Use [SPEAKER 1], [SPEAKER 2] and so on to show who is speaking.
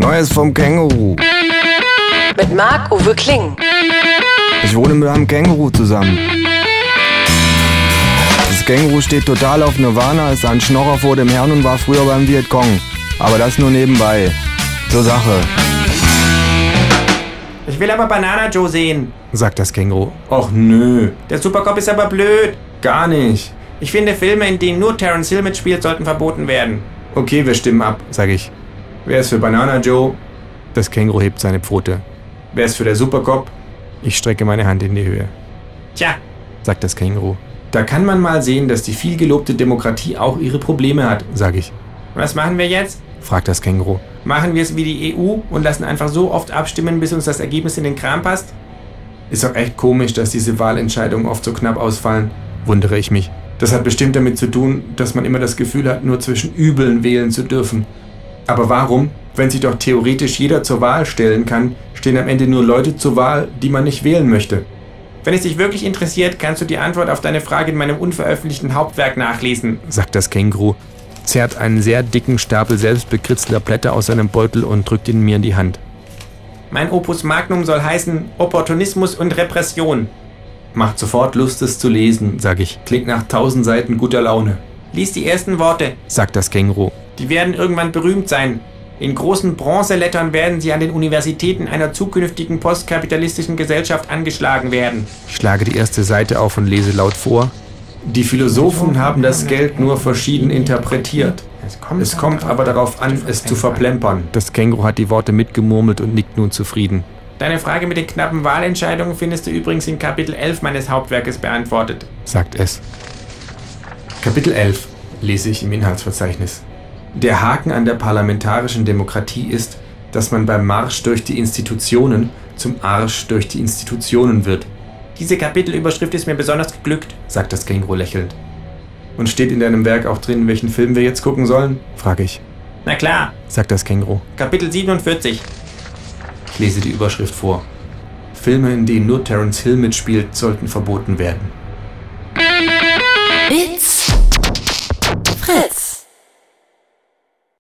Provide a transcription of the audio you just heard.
[SPEAKER 1] Neues vom Känguru.
[SPEAKER 2] Mit Marc-Uwe Kling.
[SPEAKER 1] Ich wohne mit einem Känguru zusammen. Das Känguru steht total auf Nirvana, ist ein Schnorrer vor dem Herrn und war früher beim Vietcong. Aber das nur nebenbei. Zur Sache.
[SPEAKER 3] Ich will aber Banana Joe sehen.
[SPEAKER 1] sagt das Känguru.
[SPEAKER 4] Och nö,
[SPEAKER 3] Der Supercop ist aber blöd.
[SPEAKER 4] gar nicht.
[SPEAKER 3] Ich finde, Filme, in denen nur Terence Hill mitspielt, sollten verboten werden.
[SPEAKER 4] Okay, wir stimmen ab.
[SPEAKER 1] Sag ich.
[SPEAKER 4] Wer ist für Banana Joe?
[SPEAKER 1] Das Känguru hebt seine Pfote.
[SPEAKER 4] Wer ist für der Supercop?
[SPEAKER 1] Ich strecke meine Hand in die Höhe.
[SPEAKER 3] Tja,
[SPEAKER 1] Sagt das Känguru.
[SPEAKER 4] Da kann man mal sehen, dass die vielgelobte Demokratie auch ihre Probleme hat.
[SPEAKER 1] Sag ich.
[SPEAKER 3] was machen wir jetzt?
[SPEAKER 1] Fragt das Känguru.
[SPEAKER 3] Machen wir es wie
[SPEAKER 4] E
[SPEAKER 3] die EU und lassen einfach so oft abstimmen, bis uns das Ergebnis in den Kram passt?
[SPEAKER 4] Ist doch echt komisch, dass diese Wahlentscheidungen oft so knapp ausfallen.
[SPEAKER 1] Wundere ich mich.
[SPEAKER 4] Das hat bestimmt damit zu tun, dass man immer das Gefühl hat, nur zwischen Übeln wählen zu dürfen. Aber warum, wenn sich doch theoretisch jeder zur Wahl stellen kann, stehen am Ende nur Leute zur Wahl, die man nicht wählen möchte?
[SPEAKER 3] Wenn es dich wirklich interessiert, kannst du die Antwort auf deine Frage in meinem unveröffentlichten Hauptwerk nachlesen.
[SPEAKER 1] sagt das Känguru, zerrt einen sehr dicken Stapel selbstbekritzelter Blätter aus seinem Beutel und drückt ihn mir in die Hand.
[SPEAKER 3] Mein Opus Magnum soll heißen Opportunismus und Repression.
[SPEAKER 4] Macht sofort Lust, es zu lesen.
[SPEAKER 1] Sag ich,
[SPEAKER 4] Klingt nach tausend Seiten guter Laune.
[SPEAKER 3] Lies die ersten Worte,
[SPEAKER 1] sagt das Känguru,
[SPEAKER 3] die werden irgendwann berühmt sein. In großen Bronzelettern werden sie an den Universitäten einer zukünftigen postkapitalistischen Gesellschaft angeschlagen werden.
[SPEAKER 1] Ich schlage die erste Seite auf und lese laut vor.
[SPEAKER 4] Die Philosophen haben das Geld nur verschieden interpretiert.
[SPEAKER 3] Es kommt,
[SPEAKER 4] Es kommt aber darauf an, es zu verplempern.
[SPEAKER 1] Das Känguru hat die Worte mitgemurmelt und nickt nun zufrieden.
[SPEAKER 3] Deine Frage mit den knappen Wahlentscheidungen findest du übrigens in Kapitel 11 meines Hauptwerkes beantwortet.
[SPEAKER 1] Sagt es.
[SPEAKER 4] Kapitel 11 lese ich im Inhaltsverzeichnis. Der Haken an der parlamentarischen Demokratie ist, dass man beim Marsch durch die Institutionen zum Arsch durch die Institutionen wird,
[SPEAKER 3] Diese Kapitelüberschrift ist mir besonders geglückt.
[SPEAKER 4] sagt das Känguru lächelnd. Und steht in deinem Werk auch drin, welchen Film wir jetzt gucken sollen?
[SPEAKER 1] Frage ich.
[SPEAKER 3] Na klar,
[SPEAKER 1] Sagt das Känguru.
[SPEAKER 3] Kapitel 47.
[SPEAKER 4] Ich lese die Überschrift vor. Filme, in denen nur Terence Hill mitspielt, sollten verboten werden.
[SPEAKER 5] Big